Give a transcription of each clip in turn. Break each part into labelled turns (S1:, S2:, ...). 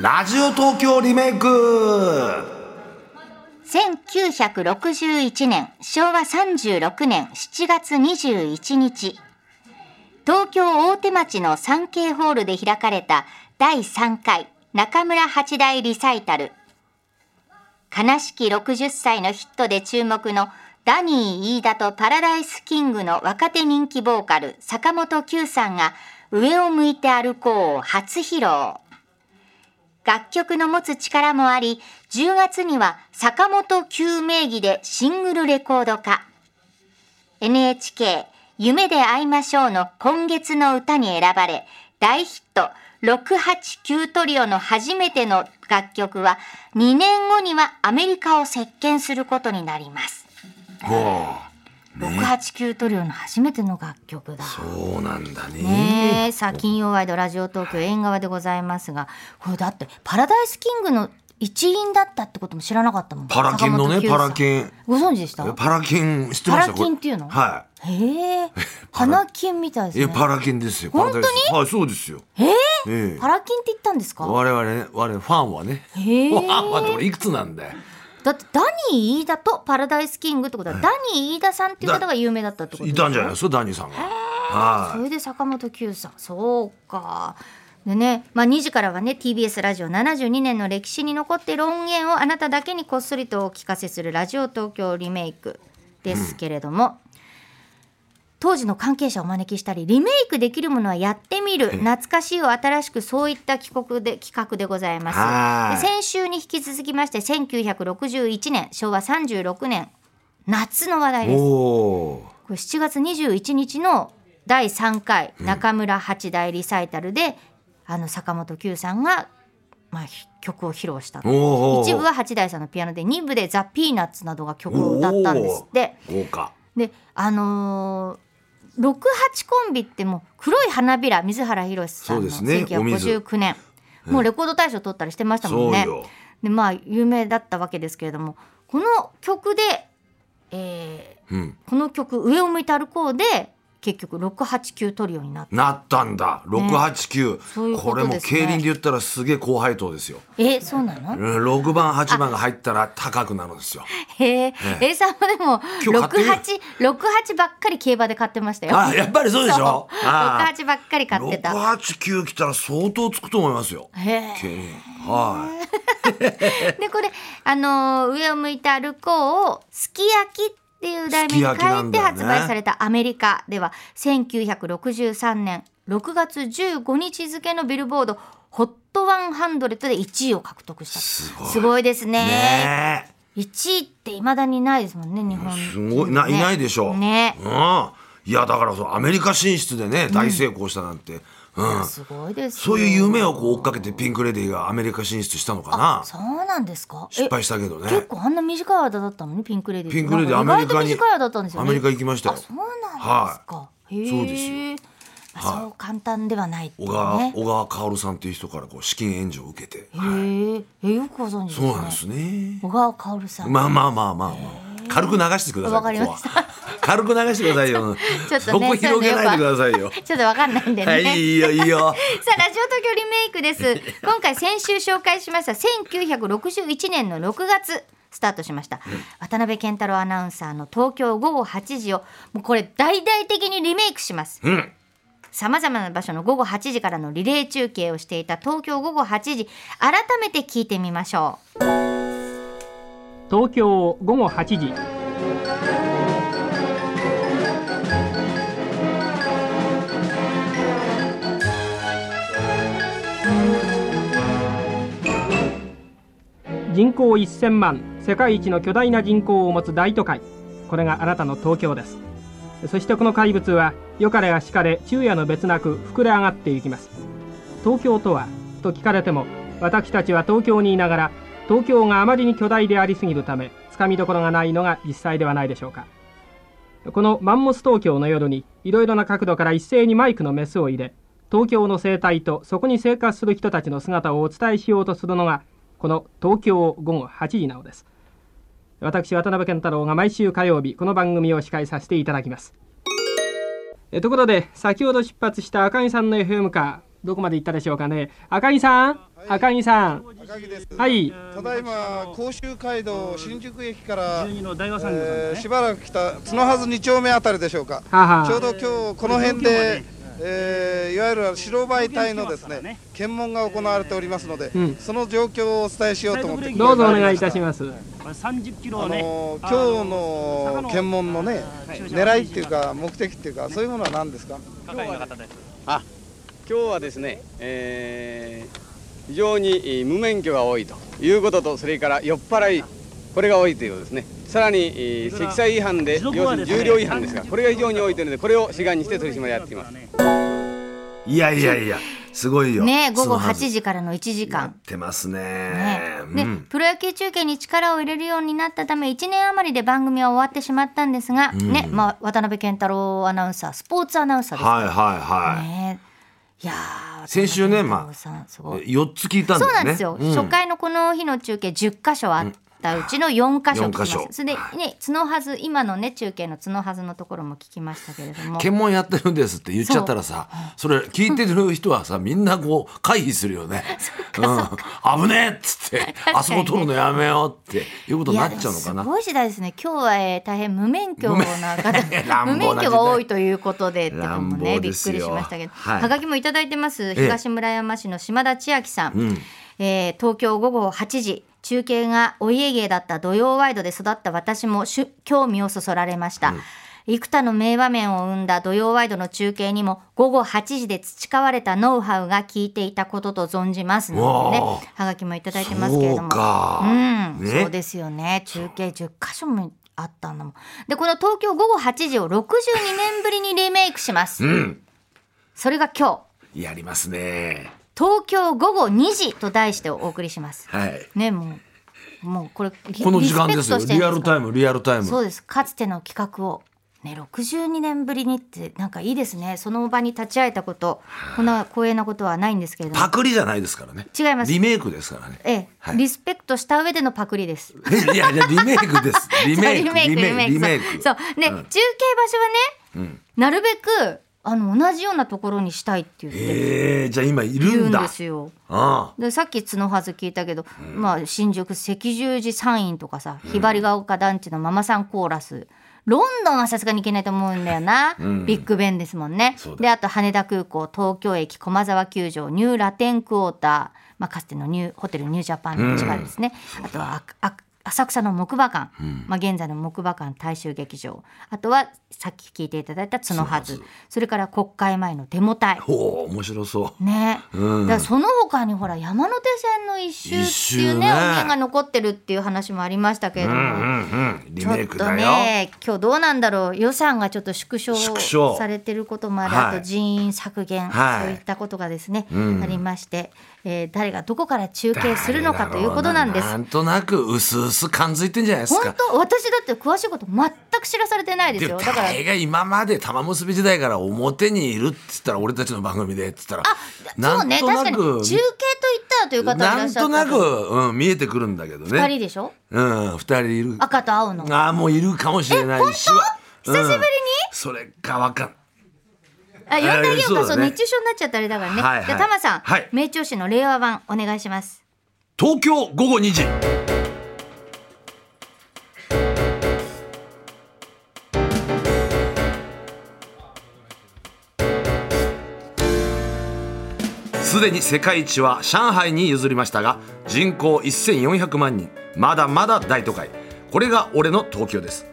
S1: ラジオ東京リメイク
S2: 1961年昭和36年7月21日東京大手町のサンケイホールで開かれた第3回中村八大リサイタル悲しき60歳のヒットで注目のダニー飯田とパラダイスキングの若手人気ボーカル坂本九さんが上を向いて歩こうを初披露楽曲の持つ力もあり10月には坂本九名義でシングルレコード化 NHK「夢で会いましょう」の今月の歌に選ばれ大ヒット689トリオの初めての楽曲は2年後にはアメリカを席巻することになります
S1: ほうね
S2: 689トリオの初めての楽曲だ
S1: そうなんだね
S2: ねえ、さあ金曜ワイドラジオ東京縁側でございますがこれだってパラダイスキングの一員だったってことも知らなかったもん
S1: パラキンのね
S2: 坂本九
S1: パ
S2: さん
S1: ラキン
S2: ご存知でした
S1: えパラキン知ってま
S2: パ
S1: した
S2: ラキンっていうの
S1: は
S2: へえ花金みたいです
S1: いえ
S2: ね
S1: パラキンですよ
S2: 本当に
S1: パラダイスはいそうですよ
S2: えー
S1: ええ
S2: パラキンって言ったんですか
S1: 我々ね我々ファンはねフ
S2: へえ
S1: ァンはって俺いくつなんだよ
S2: だってダニー飯田とパラダイスキングってことはダニー飯田さんっていう方が有名だったってことで
S1: い
S2: す
S1: た
S2: か
S1: んじゃないですかダニーさんが
S2: そ
S1: は
S2: れで坂本九さんそうかでね、まあ、2時からはね TBS ラジオ72年の歴史に残ってる音源をあなただけにこっそりとお聞かせする「ラジオ東京リメイク」ですけれども、当時の関係者をお招きしたりリメイクできるものはやってみる懐かしいを新しくそういった帰国で企画でござい
S1: は
S2: ま
S1: い
S2: すで先週に引き続きまして1961年昭和36年夏の話題
S1: い
S2: です。
S1: おー
S2: これ7月21日の第3回中村八大リサイタルで、あの坂本九さんが、まあ、ひ曲を披露したと
S1: おー
S2: 一部は八大さんのピアノで2部でザ・ピーナッツなどが曲を歌ったんですって
S1: 豪華
S2: であのー、68コンビってもう黒い花びら水原ひろしさん
S1: そ
S2: の
S1: うですねお水
S2: 1959年もうレコード大賞取ったりしてましたも
S1: そ
S2: ん
S1: う
S2: ね。
S1: よ
S2: でまあ有名だったわけですけれどもこの曲で、えー、
S1: うん
S2: この曲「上を向いて歩こう」で結局689トリオになった
S1: なったんだ
S2: そういう
S1: 689
S2: こ
S1: ことれも
S2: ですね
S1: 競輪で言ったらすげえ高配当ですよ
S2: えそうなの
S1: うん6番8番が入ったら高くなるんですよ
S2: へえ A さんもでも
S1: 今日買って
S2: 6868ばっかり競馬で買ってましたよ
S1: あやっぱりそうでし
S2: そ
S1: ょ
S2: う
S1: あー
S2: 68ばっかり買ってた
S1: 689来たら相当つくと思いますよ
S2: へえ
S1: 競輪は
S2: でこれ「あのー上を向いて歩こう」を「すき焼き」っていう題名に
S1: すき焼きな
S2: 変え
S1: ん
S2: て
S1: だよね
S2: 発売されたアメリカでは1963年6月15日付のビルボードホット100で1位を獲得したす
S1: ごい
S2: です
S1: いねえ
S2: 1位っていまだにないですもんね日本
S1: すごいな、いないでしょう。
S2: ね
S1: うん。いやだからそうアメリカ進出でね大成功したなんて、うん、
S2: すごいですよ
S1: そういう夢をこう追っかけてピンクレディーがアメリカ進出したのかな。
S2: そうなんですか
S1: 失敗したけど
S2: え
S1: ね
S2: 結。構あんな短い間だったのにピンクレディー
S1: ピンクレディー
S2: なんか
S1: アメリカに
S2: 意外と短い間だったんですよ
S1: ア
S2: ね
S1: メリカ行きましたよ
S2: あ。そうなんですか、へえ
S1: そうです
S2: まあそう簡単ではないってい
S1: 小
S2: う
S1: 川、
S2: ね
S1: 小川薫さんっていう人からこう資金援助を受けて。
S2: へええよくご存知です
S1: そ
S2: ね
S1: うなんですね。
S2: 小川薫さん、
S1: まあまあまあまあまあ。軽く流してください。
S2: わかりました
S1: ここは軽く流してくださいよ。
S2: ちょっとね
S1: そこ広げないでくださいよ。
S2: ちょっとわかんないんでね、
S1: はい、いいよいい よ。
S2: さあラジオ東京リメイクです今回先週紹介しました1961年の6月スタートしました、渡辺健太郎アナウンサーの東京午後8時をもうこれ大々的にリメイクします
S1: うん。
S2: さまざまな場所の午後8時からのリレー中継をしていた東京午後8時改めて聞いてみましょう
S3: 東京午後8時人口1000万世界一の巨大な人口を持つ大都会これがあなたの東京ですそしてこの怪物はよかれやしかれ昼夜の別なく膨れ上がっていきます東京とはと聞かれても私たちは東京にいながら東京があまりに巨大でありすぎるためつかみどころがないのが実際ではないでしょうかこのマンモス東京の夜にいろいろな角度から一斉にマイクのメスを入れ東京の生態とそこに生活する人たちの姿をお伝えしようとするのがこの東京午後8時なのです私渡辺健太郎が毎週火曜日この番組を司会させていただきますえところで先ほど出発した赤木さんの FM カーどこまで行ったでしょうかね赤木さん赤木さん
S4: 赤木です。
S3: はい
S4: ただいま甲州街道新宿駅から、
S5: 12の大和産業さん
S4: え
S5: で
S4: ー
S5: す
S4: し
S5: ね。
S4: ばらく来た角はず2丁目あたりでしょうか。
S3: はあ
S4: ちょう
S3: は
S4: ど今日この辺で、えーいわゆる白バイ隊のですね検問が行われておりますので、
S3: うん
S4: その状況をお伝えしようと思って。
S3: どうぞお願いいたし
S4: す。
S3: ます
S5: 30キロ
S4: あ
S5: をね、
S4: のー
S5: あ
S4: 今日の検問のね
S5: はい
S4: 狙いっていうか目的っていうかそういうものは何ですか。
S5: 係の方で
S6: 今日はですね、えー非常にえー無免許が多いということとそれから酔っ払いこれが多いということですねさらに、えー積載違反で
S5: 持続
S6: 要
S5: は
S6: す
S5: で
S6: る
S5: すね
S6: に重量違反ですがこれが非常に多いというのでこれを志願にして取り締まりをやっています
S1: いやいやいやすごいよ
S2: ねえ午後
S1: 角はず
S2: 8時からの1時
S1: や
S2: 間
S1: ってますね
S2: ね
S1: う
S2: で
S1: ん、
S2: プロ野球中継に力を入れるようになったため1年余りで番組は終わってしまったんですが、ね、まあ、渡辺健太郎アナウンサースポーツアナウンサーですか
S1: はいはい
S2: ら
S1: は
S2: ね。いやー
S1: 先週ね
S2: 渡辺健太郎さんすごい
S1: い、四4つ聞いたんだ
S2: そう
S1: よね
S2: なんですよ、初回のこの日の中継10箇所あったうちの4箇所聞きま
S1: 4箇所
S2: すそれでね角はず今のね中継の角はずのところも聞きましたけれども
S1: 検問やってるんですって言っちゃったらさそれ聞いてる人はさみんなこう回避するよね うん、危ねえっつって
S2: かに
S1: あそこ取るのやめようっていうことになっちゃ
S2: いや
S1: うのか
S2: でもす
S1: な
S2: ごい時代ですね今日は、えー大変無免許な方
S1: 乱暴
S2: 無
S1: な
S2: 免許が多いということでってのもね
S1: 乱暴
S2: びっ
S1: で
S2: く
S1: すよ
S2: りしましたけど、は
S1: はい
S2: がきもいただいてます
S1: え
S2: 東村山市の島田千秋さん、
S1: ん
S2: えー東京午後8時中継がお家芸だった土曜ワイドで育った私もしゅ興味をそそられました、幾多の名場面を生んだ土曜ワイドの中継にも午後8時で培われたノウハウが効いていたことと存じますのでね
S1: わあ
S2: はがきもいただいてますけれ
S1: そ
S2: ど
S1: う
S2: も
S1: か、
S2: うん、
S1: ね
S2: そうですよね中継10箇所もあったんだもんでこの東京午後8時を62年ぶりにリメイクします、
S1: ん
S2: それが今日
S1: やりますね
S2: 東京午後2時と題してお送りします
S1: はい
S2: ねもうもうこれリ
S1: この時間ですよ
S2: リスペクトしてるん
S1: リアル
S2: か
S1: タイムリアルタイム
S2: そうですかつての企画をね62年ぶりにってなんかいいですねその場に立ち会えたことこんな光栄なことはないんですけれども
S1: パクリじゃないですからね
S2: 違います
S1: リメイクですからね
S2: ええ、
S1: はい
S2: リスペクトした上でのパクリです
S1: えいやいやリメイクです リメイク
S2: リメイク
S1: リメイ
S2: リメイ
S1: ク
S2: クそうね、
S1: うん
S2: 中継場所はね、なるべくあの同じようなところにしたいって言って
S1: えー、じゃあ今い
S2: 言
S1: る
S2: うんん
S1: だ
S2: ですよ。
S1: あ
S2: でさっき角はず聞いたけど、まあ、新宿赤十字山院とかさ、ひばりが丘団地のママさんコーラスロンドンはさすがに行けないと思うんだよな、ビッグベンですもんね
S1: そうだ
S2: であと羽田空港東京駅駒沢球場ニューラテンクォーター、まあ、かつてのニューホテルニュージャパンの地下ですね、あとはああ浅草の木馬館、まあ、現在の木馬館大衆劇場あとはさっき聞いていただいた角はずそれから国会前のデモ隊
S1: あほう面白そう
S2: ね、
S1: うん
S2: だからその他にほら山手線の一周っていうね
S1: 一周ね
S2: お面が残ってるっていう話もありましたけれども、
S1: うんうんリ
S2: ちょ
S1: メ
S2: っ
S1: イク
S2: と
S1: だよ、
S2: ね今日どうなんだろう予算がちょっと縮小
S1: 縮小
S2: されてることもある、
S1: はい
S2: あと人員削減、
S1: はい
S2: そういったことがですね、
S1: ん
S2: ありまして、えー誰がどこから中継するのかということなんです。
S1: なんとなく薄々感づいてんじゃないです
S2: 本
S1: か。
S2: 当私だって詳しいこと全く知らされてないです
S1: で
S2: よ
S1: も
S2: だから
S1: 大概今まで玉結び時代から表にいるっつったら俺たちの番組でっつったら
S2: そうね確かに中継と言ったらという方がい
S1: な
S2: らっ
S1: ん
S2: しゃ
S1: と
S2: った
S1: な
S2: け
S1: く、
S2: ど
S1: うん、見えてくるんだけど
S2: 二
S1: ね
S2: 人でしょ
S1: うん二人いる
S2: 赤と青の
S1: ああもういるかもしれないしは
S2: 久しぶりに
S1: それかわかん
S2: あ、呼んであげようか、
S1: えーそう
S2: そ
S1: だ
S2: う、
S1: ね
S2: 熱中症になっちゃったあれだからね。
S1: はいはい
S2: じゃあ、タマさん、
S1: はい
S2: 名調子の令和版お願いします。
S1: 東京午後2時すでに世界一は上海に譲りましたが人口1400万人まだまだ大都会これが俺の東京です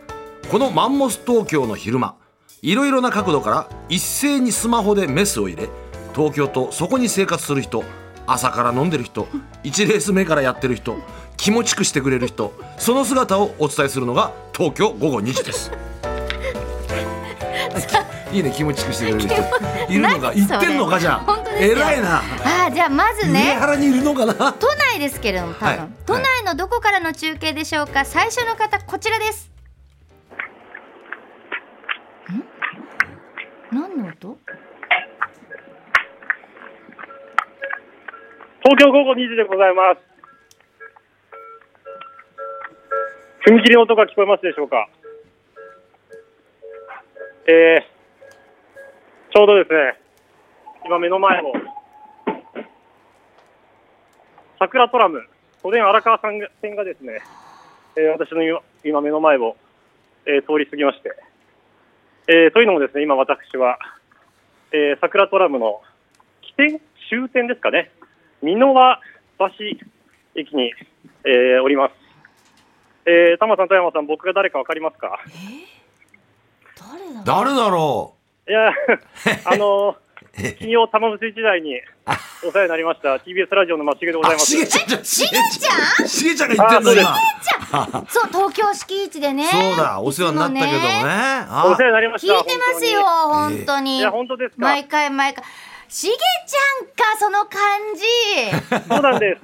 S1: このマンモス東京の昼間いろいろな角度から一斉にスマホでメスを入れ東京とそこに生活する人朝から飲んでる人1レース目からやってる人気持ちくしてくれる人その姿をお伝えするのが東京午後2時ですいいね気持ちくしてくれる人いる のか言ってんのかじゃ
S2: 本
S1: あ
S2: 当ですよ
S1: 偉いな
S2: あー、じゃあ、まず
S1: 上
S2: ね。
S1: 原にいるのかな
S2: 都内ですけれども、多分、
S1: はいはい
S2: 都内のどこからの中継でしょうか。最初の方、こちらです。ん何の音
S7: 東京午後2時でございます。踏切の音が聞こえますでしょうか。えー、ちょうどですね、今目の前を桜トラム、都電荒川線がですね、えー私の今今目の前を、えー通り過ぎまして、えーというのもですね、今私は、えー桜トラムの起点、終点ですかね、美濃輪橋駅に、えーおります。えー、タマさん、富山さん、僕が誰かわかりますか
S2: 誰だ
S1: 誰だろ
S7: いや、あのー、金曜玉結び時代にお世話になりました TBS ラジオの松重でご
S1: う
S7: ざい
S1: あ
S7: ます。
S1: しげちゃんじゃんしげちゃんしげちゃんが言
S7: あ
S1: ってんの
S7: そうです
S1: 今
S2: そう東京敷地でね
S1: そうだお世話になったけどもね
S7: お
S1: あ
S7: 世話になりまし
S2: 聞
S7: た。
S2: いてますよ
S1: 本当
S2: 本当
S1: に
S7: 本当に。い
S2: に
S7: や、本当ですか。
S2: 毎回毎回しげちゃんかその感じ
S7: そうなんです。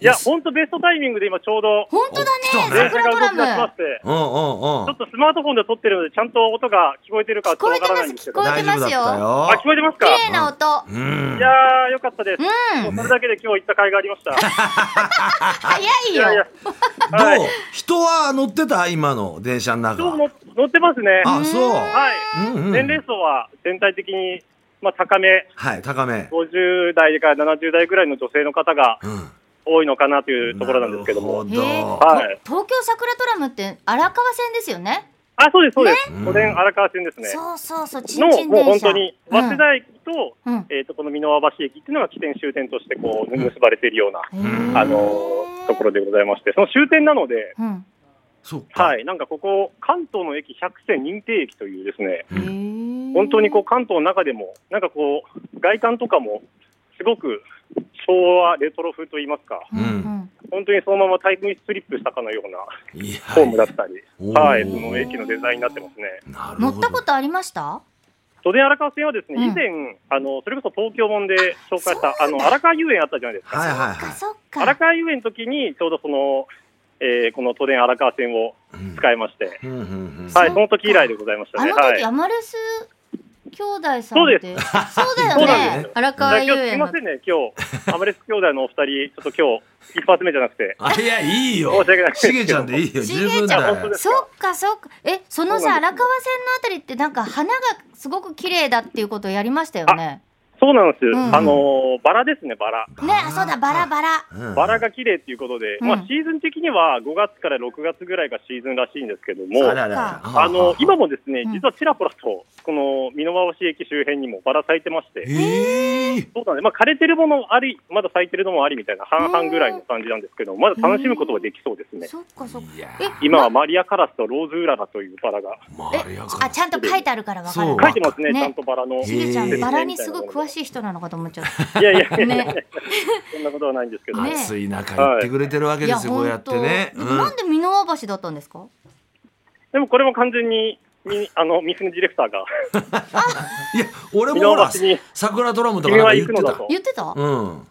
S7: いや、本当ベストタイミングで今ちょうど、
S2: 本当だ
S1: お来た
S2: ね
S1: ね
S2: 桜ド
S7: 動
S2: ラ
S7: き
S2: ム
S7: 出しま
S2: 聞
S7: して、
S1: うんうんう
S7: ちょ
S1: ん
S7: っとスマートフォンで撮ってるので、ちゃんと音が聞こえてるかちょっと
S2: こ
S7: わ
S2: えて
S7: か
S2: ま
S7: らない
S2: す
S7: んです
S2: 聞
S7: けど。
S2: こえてま
S1: 大丈夫だっ
S2: す
S1: た
S2: よ
S1: よ
S7: あ、聞こえてますか
S2: 綺麗な音
S1: う
S7: い
S1: ん
S7: やー、よかったです。
S2: う
S7: もうそれだけで今日行った甲斐がありました。
S2: 早い
S7: いやいや
S2: よ、
S1: ど
S7: はいう
S1: 人は乗ってた今の電車の中
S7: 今日も乗ってますね。
S1: あそう
S7: はい。
S1: うんう
S7: 年
S1: ん
S7: 齢層は全体的に、まあ、高め、
S1: はい高め
S7: 50代から70代ぐらいの女性の方が
S1: うん
S7: 多いのかなというところなんですけども。
S1: な
S2: へ
S1: る
S2: え
S1: ほど
S7: はい
S2: と東京桜トラムって荒川線ですよね
S7: あ、そうです、そうです。
S1: ね
S7: 都電荒川線ですね。
S2: そうそうそうちんち
S7: の、
S2: ん
S7: もう
S2: 電
S7: 本
S2: 車
S7: 当に、早稲田駅と、
S2: うんうん
S7: えっ、と、この箕輪橋駅っていうのが起点終点として、こう、結ばれているような、
S2: うん
S7: あのーところでございまして、その終点なので、
S2: うん
S1: そうか
S7: はい、なんかここ、関東の駅100選認定駅というですね、
S1: う
S7: 本当にこう
S2: う
S7: 関東の中でも、なんかこう、外観とかも、すごく昭和レトロ風といいますか、
S2: うんうん
S7: 本当にそのままタイムスリップしたかのようない
S1: や
S7: ホームだったり、
S1: おー
S7: はい、その駅のデザインになってますね。
S1: なるほど
S2: 乗ったことありました
S7: 都電荒川線はですね、
S2: うん
S7: 以前、あの、それこそ東京門で紹介した、あの、荒川遊園あったじゃないですか。
S1: はいはい
S2: か
S1: は
S2: そっ
S7: 荒
S2: か
S7: 川遊園の時に、ちょうどその、えーこの都電荒川線を
S1: いうん
S7: 使いまして、
S1: うんうん
S7: はい、
S2: そうか
S7: その時以来でございました
S2: あ
S7: ね。
S2: の
S7: はい。
S2: 時
S7: だ
S2: アマレス兄弟さんってそうだ
S7: そう
S2: よ
S7: なん
S1: です
S2: ね荒
S7: か
S2: 川
S7: ら
S2: 遊
S7: 今日す
S2: 園
S7: み
S2: の
S7: ませんね、今 日、アマレス兄弟のお二人、ちょっと今日、一発目じゃなくて、
S1: あいやいいよ
S7: 申し訳ないで
S1: し
S7: すけど
S1: げちゃんでいいよ
S2: しげ
S1: 十
S2: ちゃん
S1: 分だ
S7: あ本当
S1: よ
S7: です
S2: そっかそっかえその
S7: そう
S2: さ
S7: なん
S2: 荒川線
S7: です
S2: のあたりってなんか花がすごく綺麗だっていうことをやりましたよね
S7: そうなんです、
S2: うん
S7: あのーバラですね、バラ。
S2: ねあそうだバラバラ
S1: うん
S7: バラが綺麗ということで、
S2: うん
S7: まあ、シーズン的には5月から6月ぐらいがシーズンらしいんですけども、
S1: あららら
S7: あの今もですね
S2: うん、
S7: 実はちらほらと、この美濃輪橋駅周辺にもバラ咲いてまして、
S1: ええ
S7: そうだね、まあ、枯れてるものもあり、まだ咲いてるのもありみたいな、半々ぐらいの感じなんですけど、まだ楽しむことができそうですね。
S2: そっかそっか
S1: いや
S2: え
S7: 今はマリアカラスとローズウララというバラが、
S1: マ
S2: え
S1: リア
S2: あ
S1: か
S2: ちゃんと書いてあるからわか
S1: そ
S2: る
S1: う
S7: 書いてますね、
S2: ね
S7: ちゃんとバラの。
S2: しげちゃ
S1: へ
S2: ん
S1: ー
S2: バラにすごい詳しい人なのかと思っちゃっ
S7: いやいやい
S2: た
S7: やいや、
S2: ね
S7: そんなことはないんですけど、
S2: ね
S1: 暑い中行ってくれてるわけ
S2: い
S1: で
S2: や
S1: すよこうや
S2: 本
S1: って
S2: 当
S1: ね
S2: で
S1: う
S2: も
S1: ん
S2: なんで箕輪橋だったんですか
S7: でもこれも完全に、み あのミスのディレクタ ーが、
S1: いや俺も
S7: 箕
S1: ほ
S7: 輪
S1: ら
S7: 橋に
S1: 桜トラムとか
S7: 君
S1: なん
S7: は
S1: か言
S7: 行
S1: っ
S7: く
S1: て
S7: のだ
S1: た
S7: と。
S2: 言ってた
S1: うん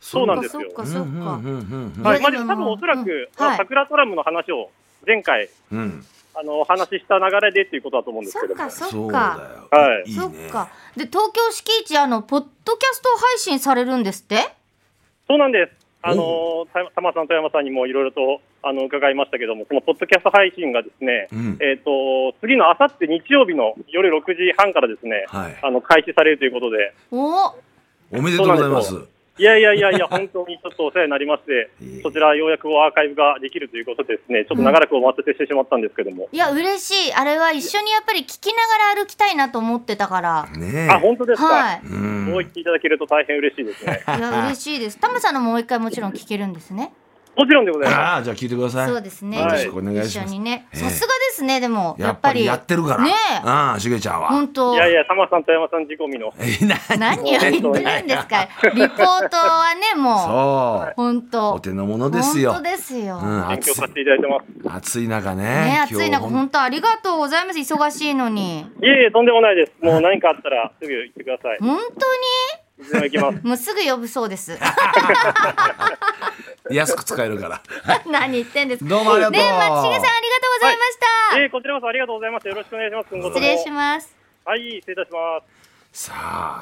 S7: そうなんです
S2: そ
S7: よ
S2: っ。かそっ
S1: うん
S2: か
S1: うんうんうん
S7: はいい、
S2: や
S7: まあ、で
S2: でも
S7: も多分おそらく、
S2: うんはい
S7: まあ桜トラムの話を前回、
S1: うんうん
S7: あの、お話しした流れでっていうことだと思うんです
S2: そ
S7: け
S2: っ
S7: ども。
S2: かそ
S1: そ
S2: っ
S1: う
S2: か
S1: だよ
S7: はい
S1: い
S2: そっ
S1: ね
S2: かで東京敷地あのポッドキャスト配信されるんですって
S7: そうなんです。あの、た玉さん、富山さんにもいろいろと、あの、伺いましたけども、このポッドキャスト配信がですね、
S1: うん
S7: えっ、と、次のあさって日曜日の夜6時半からですね、
S1: はい
S7: あの、開始されるということで、
S2: おー
S1: おめでとうございます
S7: そういやいやいやいや、本当にちょっとお世話になりまして
S1: ええ、
S7: そちらようやくアーカイブができるということでですね、ちょっと長らくお待たせしてしまったんですけども。
S2: いや嬉しいあれは一緒にやっぱり聞きながら歩きたいなと思ってたから
S1: ね
S7: あ、本当ですか、
S2: は
S1: う
S7: そう言
S1: ん
S7: っていただけると大変嬉しいですね。
S2: いいや嬉しいですタムさんのももう一回もちろん聞けるんですね
S7: もちろんでございます。
S1: ああじゃあ聞いてください
S2: そうですね
S1: よろしくお願いし
S2: 一緒
S1: ます
S2: にね
S1: ええ
S2: さすがですねでもや
S1: や
S2: っ
S1: っ
S2: ぱ
S1: ぱ
S2: り
S1: りやってるから
S2: ねえ
S1: ああしげちゃんは
S2: 本当
S7: いやいや、玉さん、富山さん、事故みの。
S1: えな
S2: 何を言ってるんですかリポートはねもう
S1: そう
S2: 本当
S1: お手の物ですよ
S2: 本当ですよ、
S1: うん
S7: 勉
S1: 暑
S7: 強
S1: い
S7: させていただいてます。
S1: 暑い中ね
S2: ね暑い中
S1: 今日
S2: 本当ありがとうございます忙しいのに
S7: いえいえ、とんでもないです。もう何かあったらすぐ言ってください。
S2: 本
S7: いつでも行きます。
S2: 当にもうすぐ呼ぶそうです
S1: 安く使えるから
S2: 何言ってんですか
S1: どうもありがとう
S2: ねえ松重さんありがとうございました、
S7: いえいえ、こちらこそありがとうございました。よろしくお願いします。今後とも
S2: 失礼します
S7: はい、失礼いたします。
S1: さ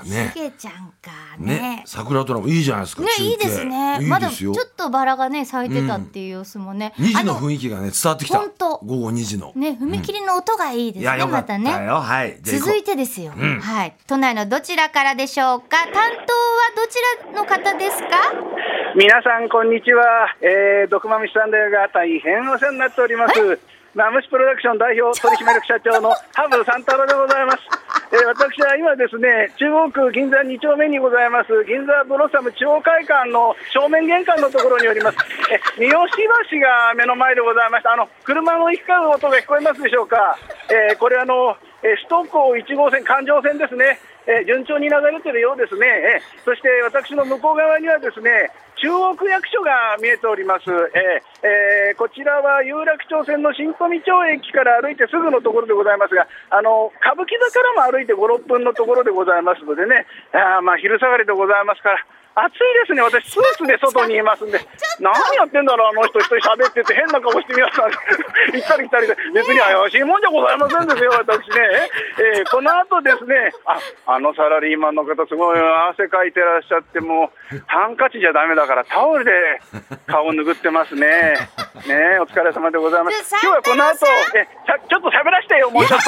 S1: あ
S2: し
S1: ね
S2: げちゃんかね
S1: ね桜トラムいいじゃないですか
S2: ね
S1: 中継
S2: いいですね
S1: いい
S2: まだ
S1: で
S2: ち
S1: す
S2: ょ
S1: よ
S2: っとバラがね咲いてたっていう様子もね、
S1: 2時の
S2: あの
S1: 雰囲気がね伝わってきた
S2: ほんと
S1: 午後2時の
S2: ね踏切の音がいいです
S1: い
S2: ね、
S1: やよか
S2: ま
S1: った
S2: た
S1: よ
S2: ね
S1: はいじゃあ行こ
S2: 続
S1: う
S2: いてですよ、
S1: うん
S2: はい都内のどちらからでしょうか担当はどちらの方ですか
S8: 皆さん、こんにちは。えー、ドクマミスさんでが大変お世話になっております。マムシプロダクション代表取締役社長のハブ三太郎でございます。えー、私は今ですね、中央区銀座2丁目にございます、銀座ブロッサム中央会館の正面玄関のところにおります。えー、三好橋が目の前でございました。あの、車の行き交う音が聞こえますでしょうか。えー、これあの、えー首都高1号線、環状線ですね、えー順調に流れてるようですね、えーそして私の向こう側にはですね中央区役所が見えております、えーえーこちらは有楽町線の新富町駅から歩いてすぐのところでございますが、あの歌舞伎座からも歩いて5、6分のところでございますのでね、あーまあ昼下がりでございますから。暑いですね、私、スーツで外にいますんで、何やってんだろう、あの人、一人喋ってて、変な顔してみました、 行ったり来たりで、別に怪しいもんじゃございませんですよ、私ね、えーこの後ですねあ、あのサラリーマンの方、すごい汗かいてらっしゃって、もう、ハンカチじゃだめだから、タオルで顔拭ってますね、ねえお疲れ様でございます。今日はこの後えさちょっと喋らせて よ、もうちょっと。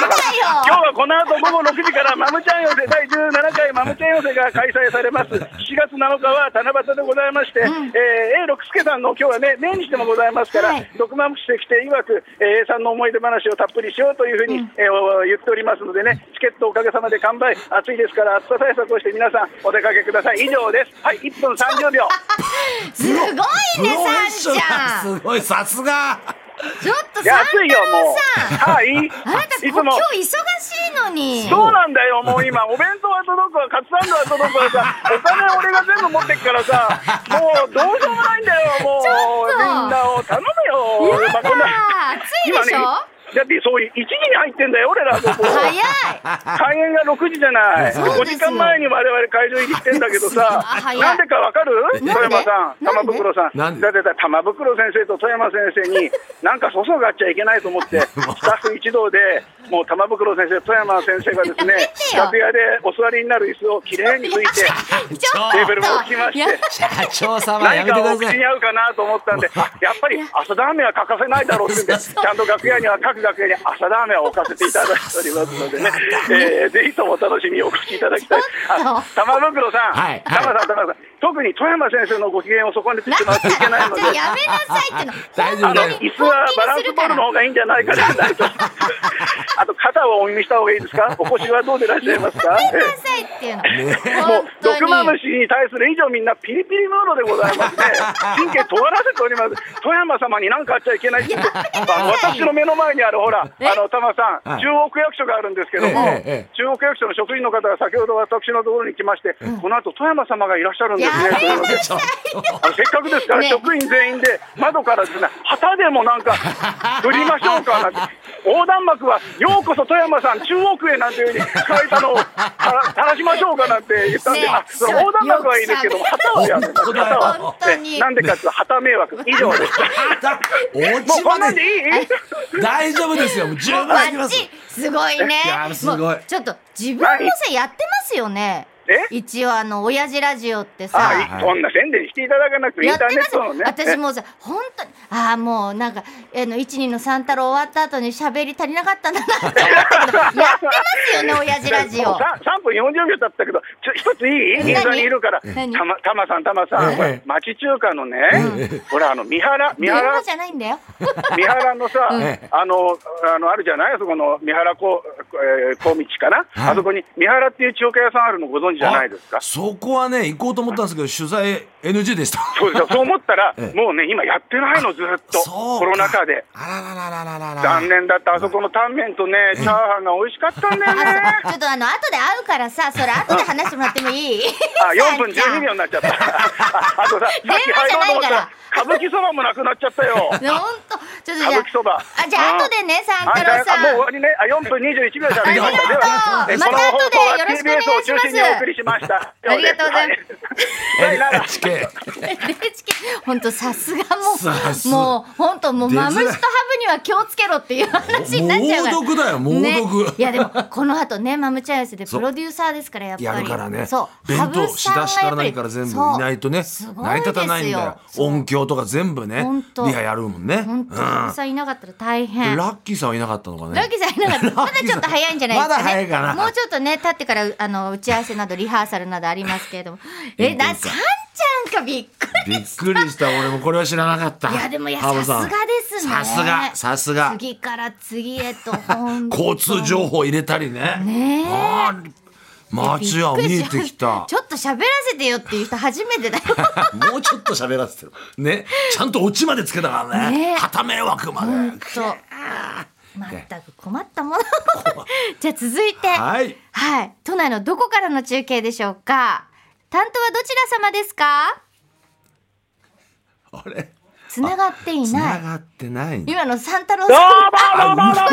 S8: 今日はこの後午後6時からマムちゃん寄せ第17回マムちゃん寄せが開催されます。7月7日は七夕でございまして、えー、A 六輔さんの今日はね、年始でもございますから、毒マムシで来て曰く、えー A さんの思い出話をたっぷりしようというふうに、えーお言っておりますのでね、チケットおかげさまで完売、暑いですから暑さ対策をして皆さんお出かけください。以上です。はい、1分30秒。
S2: すごいね
S1: プロフェッ
S2: さ
S1: ショ
S2: んち
S1: ナ
S2: ゃん
S1: ルすごいさすが
S2: ちょっと
S8: いや
S2: さん
S8: 暑いよもう。はい。
S2: あなた
S8: い
S2: 今日
S8: つ
S2: 忙
S8: も
S2: しいのに
S8: そうなんだ よ、もう今、お弁当は届くわ、カツサンドは届く わさ、お金俺が全部持ってっからさ、もうどうしようもないんだよ、もう、
S2: ちょっと
S8: みんなを頼むよ、
S2: やだ
S8: まあこんな
S2: 暑いでしょ、
S8: だってそういう1時に入ってんだよ、俺ら、ここ。
S2: 早い
S8: 開演が6時じゃない。
S2: そう
S8: 5
S2: ですよ
S8: 時間前に我々会場入りしてんだけどさ
S2: あ早い、
S8: なんでかわかる富
S2: で
S8: 山さん、
S2: な
S8: 玉
S2: んで
S8: 袋さん。
S1: な
S8: だっ
S1: んで
S8: てだ玉袋先生と富山先生に、なんか粗相があっちゃいけないと思 って、スタッフ一同で、もう玉袋先生、富山先生がです
S2: やめてよ
S8: ね、楽屋でお座りになる椅子をきれいに拭い
S2: ち
S8: て、
S2: ょっと
S8: テーブルも置きまして
S2: やだ
S1: 社長様や
S8: 何
S1: めてく
S8: か
S1: だ
S8: お口
S1: さい
S8: に合うかなと思ったんで、あやっぱり朝ラーメンは欠かせないだろうっていうんで、ちゃんと楽屋には各楽屋に朝ラーメンを置かせていただいておりますのでね、えーぜひともお楽しみにお越しいただきたい。あ玉袋さん、
S1: はいはい
S8: 玉さん、玉さん、特に富山先生のご機嫌を損ねてしまっていけないので、
S2: やめなさいっての
S1: 大丈
S8: あ
S1: 夫
S8: の
S1: だよ
S8: 椅子はバランスボールの方がいいんじ ゃないかなと。あと肩をお耳した方がいいですか。お腰はどうでいらっしゃいますか。
S2: やめなさいっていうの
S8: もう
S2: 本当
S8: 毒
S2: に
S8: マムシに対する以上みんなピリピリムードでございま すね神経尖らせております富山様に何かあっちゃい けないってあ私の目の前にあるほらあのタマさん
S1: はい
S8: 中央区役所があるんですけども、
S1: ええええ
S8: 中央区役所の職員の方が先ほど私のところに来まして、この後富山様がいらっしゃるんですねというので
S1: ちょっと
S8: あのせっかくですから、
S2: ね
S8: 職員全員で窓からですね旗でもなんか振りましょうかなんて横断幕は「ようこそ富山さん中央区へ」なんていうふうに書いたのをた垂らしましょうかなんて言ったんで、
S2: ね
S8: あその横断幕はいいですけども
S2: よ
S8: 旗はやめま
S1: 本
S8: す
S1: 当だ
S8: 旗
S1: よ
S8: は
S2: 本当に
S8: ねなんでかっていうと旗迷惑以上です
S1: お
S8: もう
S1: ち
S8: こんな
S1: ま
S8: んで
S1: で
S8: いい
S1: 大丈夫ですよもう十分
S2: バ
S1: できま
S2: ッ
S1: す
S2: チすごいね
S1: いやーすごい
S2: もうちょっと自分のせやってますよね
S8: え
S2: 一応あの親父ラジオってさ、
S8: はいそんな宣伝していただかなくてイン
S2: やっ
S8: ター
S2: て
S8: ネ
S2: ま
S8: ッ
S2: す
S8: ト
S2: よ
S8: のね
S2: 私もうさ本当にああもうなんかあの一二の三太郎終わった後に喋り足りなかったんだなと思ったけどやってますよね親父ラジ
S8: も
S2: オ
S8: う さ3分40秒経ったけど、ちょ一ついい
S2: 何
S8: 銀座にいるから、
S2: 何
S8: たまたまさん、たまさん、ほら
S1: ええ
S8: 町中華のね、ほ ら、あの三原、三
S2: 電話
S8: 原
S2: じ、ゃないんだよ
S8: 三原のさ、
S1: ええ
S8: あの、あの、あるじゃない、あそこの三原こ、えー、小道かな、
S1: はい
S8: あそこに三原っていう中華屋さんあるのご存知じゃないですか
S1: あ。そこはね行こうと思ったんですけど取材 NG でした
S8: そうですよそう思ったら、
S1: ええ
S8: もうね、今やってないの、ずっと、
S1: そう
S8: コロナ禍で。
S1: あららららららら
S8: 残念だった、あそこのタンメンとね、チャーハンが美味しかったんだよね。
S2: あそうちょっとあの後で会うからさそれ後で話してもらってもいい
S8: あ、4分
S2: さんちゃ
S8: 12
S2: ん
S8: 秒になっちゃった。ああとさ、さっき入ろうと思ったら、歌舞伎そばもなくなっちゃったよ。
S2: ねほんとちょっと
S8: 歌
S2: じゃ
S8: 舞伎そば。
S2: ああじゃあ後でね三
S8: あ
S2: 太
S8: じゃあ
S2: 郎さん
S8: もう終わりね。あ、4分21秒じゃべりました。で
S2: あ
S8: は、
S2: り
S8: え
S2: がとう
S8: この
S2: また後
S8: 放
S2: で
S8: 送は
S2: よろしくお願い
S8: TBS を中心にお送りしました。
S2: ありがとうございます
S8: す。さよなら
S1: NHK
S2: 本当さすが
S1: さすが
S2: もうもう本当もう
S1: 出づら
S2: マ
S1: い
S2: ムシとハブには気をつけろっていう話になっちゃうから
S1: 猛毒だよ猛毒、
S2: ね、いやでもこの後ねマムチャン寄せで プロデューサーですからやっぱり
S1: やるからね
S2: そう
S1: 弁
S2: 羽
S1: 当
S2: 生
S1: 仕
S2: さんが
S1: 出しから
S2: やっ
S1: 何
S2: ぱり
S1: から全部
S2: そう
S1: いないとね
S2: すご
S1: 成り立たないんだよ
S2: です
S1: 音響とか全部ね
S2: ほんと
S1: リハやるもんね、う
S2: 本
S1: ん、
S2: 当羽生
S1: ラ
S2: さんいなかったら大変
S1: ッキーさんはいなかったのか
S2: ラ
S1: ね
S2: ッキーさんいな かったまだちょっと早いんじゃないですかね
S1: まだ早いかな
S2: もうちょっとね立ってからあの打ち合わせなどリハーサルなどありますけれどもえな三ちちゃんかびっくり
S1: びっくりした俺もこれは知らなかった
S2: いやでもいや
S1: ハ
S2: さ
S1: ブ
S2: すが
S1: さん
S2: ですね
S1: さすがさすが
S2: 次から次へと本当に
S1: 交通情報入れたりね
S2: ねえ
S1: あー街は
S2: びっく
S1: 見
S2: り
S1: え
S2: しま
S1: て
S2: した
S1: きた
S2: ちょっと喋らせてよっていう人初めてだよ
S1: もうちょっと喋らせてるねちゃんとオチまでつけたからね
S2: ね
S1: 旗迷惑まで
S2: そう全く困ったもの じゃあ続いて
S1: は
S2: はい、
S1: い
S2: 都内のどこからの中継でしょうか担当はどちら様ですか
S1: あれ
S2: つながってい
S1: つ
S2: な
S1: ないがってない
S2: 今の三太郎
S9: どう
S2: さん
S9: もどうもどうも
S2: だもん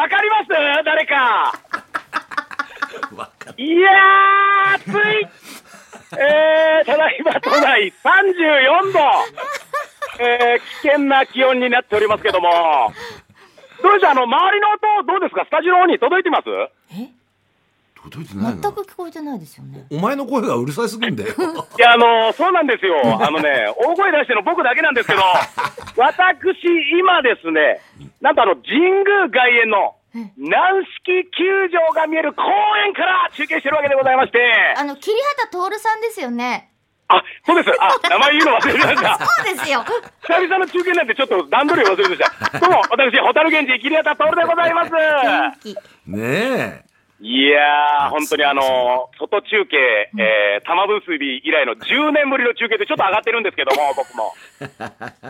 S9: わかります誰か
S1: わか
S9: いやー暑いえー、ただいま都内34度えー、危険な気温になっておりますけどもどうでしょうあの周りの音どうですかスタジオの方に届いてます
S1: 届いてない
S2: 全
S1: の
S2: く聞こえてないですよね
S1: お前の声がうるさいすぎんだよ
S9: いや、あのそうなんですよ。あのね、大声出してるの僕だけなんですけ ど、私、今ですね、なんとあの、神宮外苑の、軟式球場が見える公園から中継してるわけでございまして、
S2: あの桐畑徹さんですよね
S9: あ、そうです。 あ、名前言うの忘れてました。
S2: そうですよ
S9: 久々の中継なんてちょっと段取りを忘れてま した。どうも、私、蛍源氏、桐畑徹でございます。
S2: 元気
S1: ねえ
S9: いやー、本当にあの外中継、えー、玉結び以来の10年ぶりの中継でちょっと上がってるんですけども、僕も。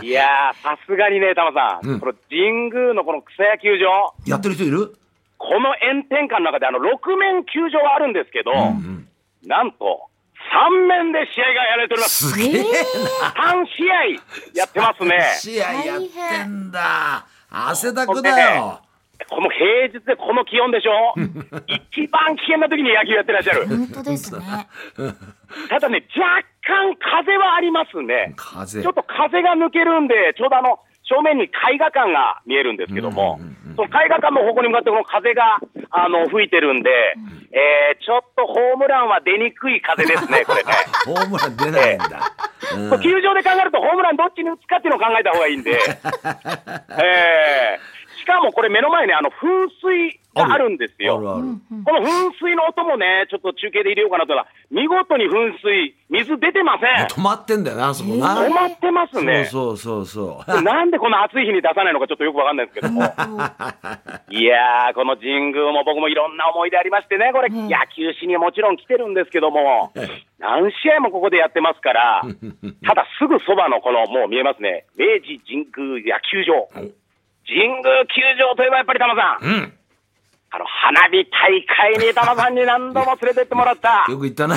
S9: いやー、さすがにね、玉さん、
S1: うん
S9: この神宮のこの草野球場、
S1: やってる人いる
S9: この炎天下の中で、あの、6面球場はあるんですけど、なんと、3面で試合がやられております。
S1: すげえ
S9: 3試合やってますね。
S1: 試合やってんだ汗だくだよ
S9: この平日でこの気温でしょ一番危険な時に野球やってらっしゃる。
S2: 本当ですね
S9: ただね、若干風はありますね。
S1: 風
S9: ちょっと風が抜けるんで、ちょうどあの正面に絵画館が見えるんですけども、その絵画館の方向に向かってこの風があの吹いてるんで、えーちょっとホームランは出にくい風です ね、これね。
S1: ホームラン出ないんだ
S9: これ球場で考えると、ホームランどっちに打つかっていうのを考えた方がいいん で、えーしかもこれ、目の前ね、あの噴水があるんですよ。
S1: あるある
S9: この噴水の音もね、ちょっと中継で入れようかなと思ったら、見事に噴水、水出てません。
S1: 止まってんだよなあそこな
S9: 止まってますね。
S1: そうそうそうそう
S9: これなんでこの暑い日に出さないのかちょっとよくわかんないですけども。いやー、この神宮も僕もいろんな思い出ありましてね、これ、
S2: ん
S9: 野球史にはもちろん来てるんですけども、何試合もここでやってますから、ただすぐそばのこの、もう見えますね、明治神宮野球場。神宮球場といえばやっぱり玉さ
S1: う
S9: ん、
S1: ん
S9: あの、花火大会に玉さんに何度も連れてってもら った、
S1: よく言ったな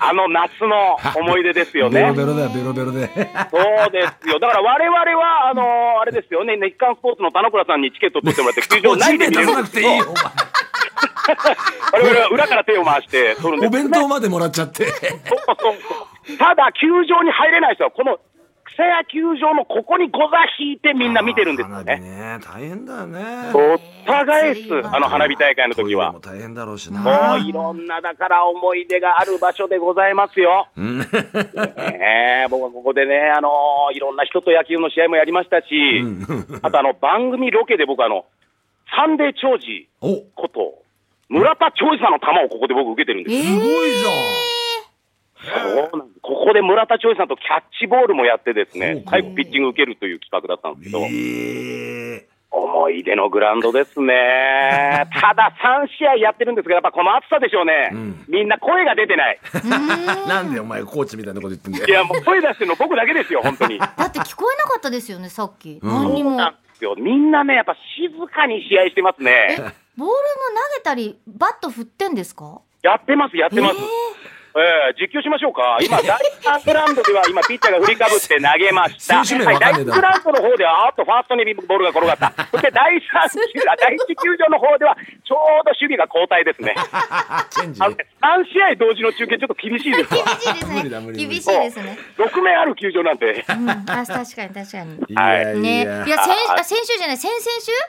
S9: あの夏の思い出です よね。
S1: ベロベロだよベロベロで
S9: そうですよ。だから我々は、あのーあれですよね、日刊スポーツの田之倉さんにチケット取ってもらって、球場
S1: 地
S9: 内で
S1: 面
S9: 見
S1: 出
S9: れ
S1: さ
S9: る
S1: なんく
S9: です
S1: て
S9: け
S1: いいよ
S9: ど我々は裏から手を回して取るん
S1: お前
S9: です
S1: お弁当までもらっちゃって
S9: そうそうそうただ、球場に入れない人は、この草野球場のここにゴザ引いてみんな見てるんですよ
S1: 花火
S9: ね。
S1: ね大変だよね
S9: お互いっす、あの花火大会の時は
S1: トイレも。大変だろうし
S9: も
S1: な
S9: ういろんなだから思い出がある場所でございますよ。ねえ僕はここでね、あのーいろんな人と野球の試合もやりましたし、あとあの番組ロケで僕あの、サンデー長治
S1: おす
S9: こと、村田長治さんの球をここで僕受けてるんですよ。
S1: ごいじ
S9: そうなんですここで村田長治さんとキャッチボールもやってです
S1: そう
S9: ね、
S1: か
S9: 最後ピッチング受けるという企画だったんですけ
S1: ゃん
S9: ど、
S1: ええ
S9: 思い出のグラウンドで すね。ただ3試合やってるんですが、やっぱこの暑さでしょうね。
S1: ん
S9: みんな声が出てない。
S1: なんでお前コーチみたいなこと言ってんだよ
S9: いや、もう声出してるの僕だけですよ、本当に。
S2: だって聞こえなかったですよねさっき、
S1: うん
S2: 何にもボー
S9: なん
S2: ル
S9: ですよ。みんなね、やっぱ静かに試合してますね。
S2: も投げたりバット振ってんですか
S9: やってます、やってます。ええ実況しましょうか。今、第3グラウンドでは、今、ピッチャーが振りかぶって投げました。
S1: 選手名
S9: はい、
S1: わか
S9: 第
S1: んねえだ
S9: 1
S1: ろ
S9: グラウンドの方では、あっと、ファーストにボールが転 がった。そして、第3球、あ第1球場の方では、ちょうど守備が交代ですね。
S1: チェンジ
S9: あのね3試合同時の中継、ちょっと厳しいですわ。
S2: 厳しいです
S1: 無理だ
S2: ね
S1: 無理無
S2: 厳
S1: 理
S2: しいですね
S9: 6名ある球場なんで。
S2: うんあ確かに確かに
S1: いやい
S2: ね
S1: や
S2: いや先あ先週じゃない先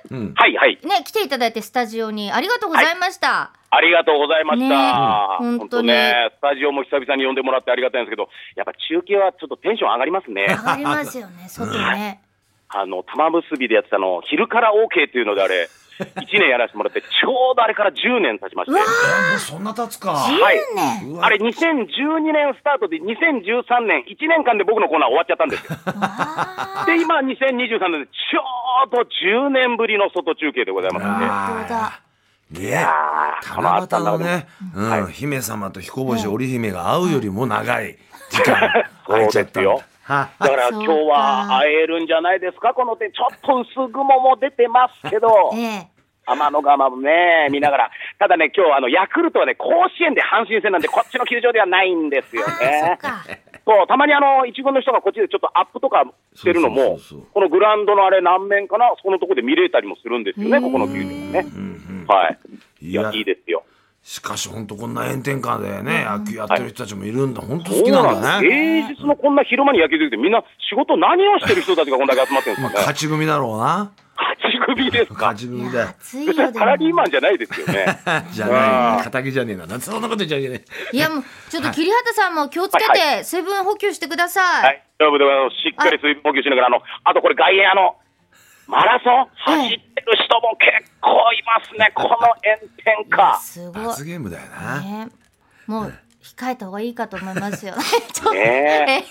S2: 々
S9: はいはい。
S2: 週ね来ていただいてスタジオにありがとうございました、
S9: ありがとうございました。
S2: ねえうん
S9: 本当ね、スタジオも久々に呼んでもらってありがたいんですけど、やっぱ中継はちょっとテンション上がりますね
S2: 上。が りますよね外ね、
S9: あの、玉結びでやってたの、昼から OK っていうのであれ、 1年やらせてもらって、ちょうどあれから10年経ちまして。
S1: もうそんな経つか。
S9: はい。あれ、2012年スタートで、2013年、1年間で僕のコーナー終わっちゃったんですよ。で、今、2023年で、ちょうど10年ぶりの外中継でございますんで。
S1: ねえ、七夕のね、うん、姫様と彦星織姫が会うよりも長い時間空いちゃったんだ
S9: そうですよ
S1: は
S9: だから今日は会えるんじゃないですか、この点、ちょっと薄雲も出てます けど、天の川もね、見ながら、ただね、今日あのヤクルトはね、甲子園で阪神戦なんで、こっちの球場ではないんですよね。そうたまにあの一軍の人がこっちでちょっとアップとかしてるのも、このグラウンドのあれ、何面かな、そこのところで見れたりもするんですよね、ここの球場ね。はい
S1: いや、い
S9: いですよ。
S1: しかし、本当こんな炎天下でね、野球やってる人たちもいるんだ。本当好きなんだね。
S9: 平日のこんな昼間に野球できて、みんな仕事何をしてる人たちがこんだけ集まってるんです
S1: まあ、
S9: かね。
S1: 勝ち組だろうな。
S9: 勝ち組ですか
S1: 勝ち組だよ。
S9: 別にサラリーマンじゃないですよね。
S1: じゃない。仇じゃねえな。なんでそんなこと言っちゃいけない。
S2: いやもうちょっと桐畑さんも気をつけて、
S9: はい
S2: 水分補給してください。
S9: はい、ということで、あのしっかり水分補給しながら、あの、あとこれ外野あの、マラソン走ってる人も結構いますね、この炎天下。
S2: すごい。
S1: ゲームだよな。
S2: ね、もう控えた方がいいかと思いますよ。 ち
S9: ね